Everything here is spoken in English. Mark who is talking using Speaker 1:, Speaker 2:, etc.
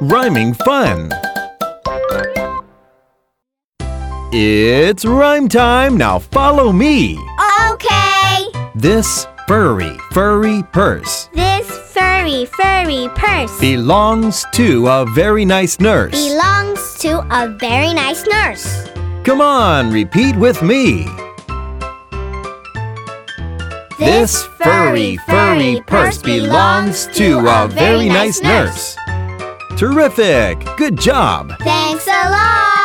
Speaker 1: Rhyming fun! It's rhyme time, now follow me!
Speaker 2: Okay.
Speaker 1: This furry, furry purse
Speaker 2: This furry, furry purse
Speaker 1: belongs to a very nice nurse.
Speaker 2: belongs to a very nice nurse.
Speaker 1: Come on, repeat with me. This furry, furry purse belongs to a very nice nurse. Terrific! Good job!
Speaker 2: Thanks a lot.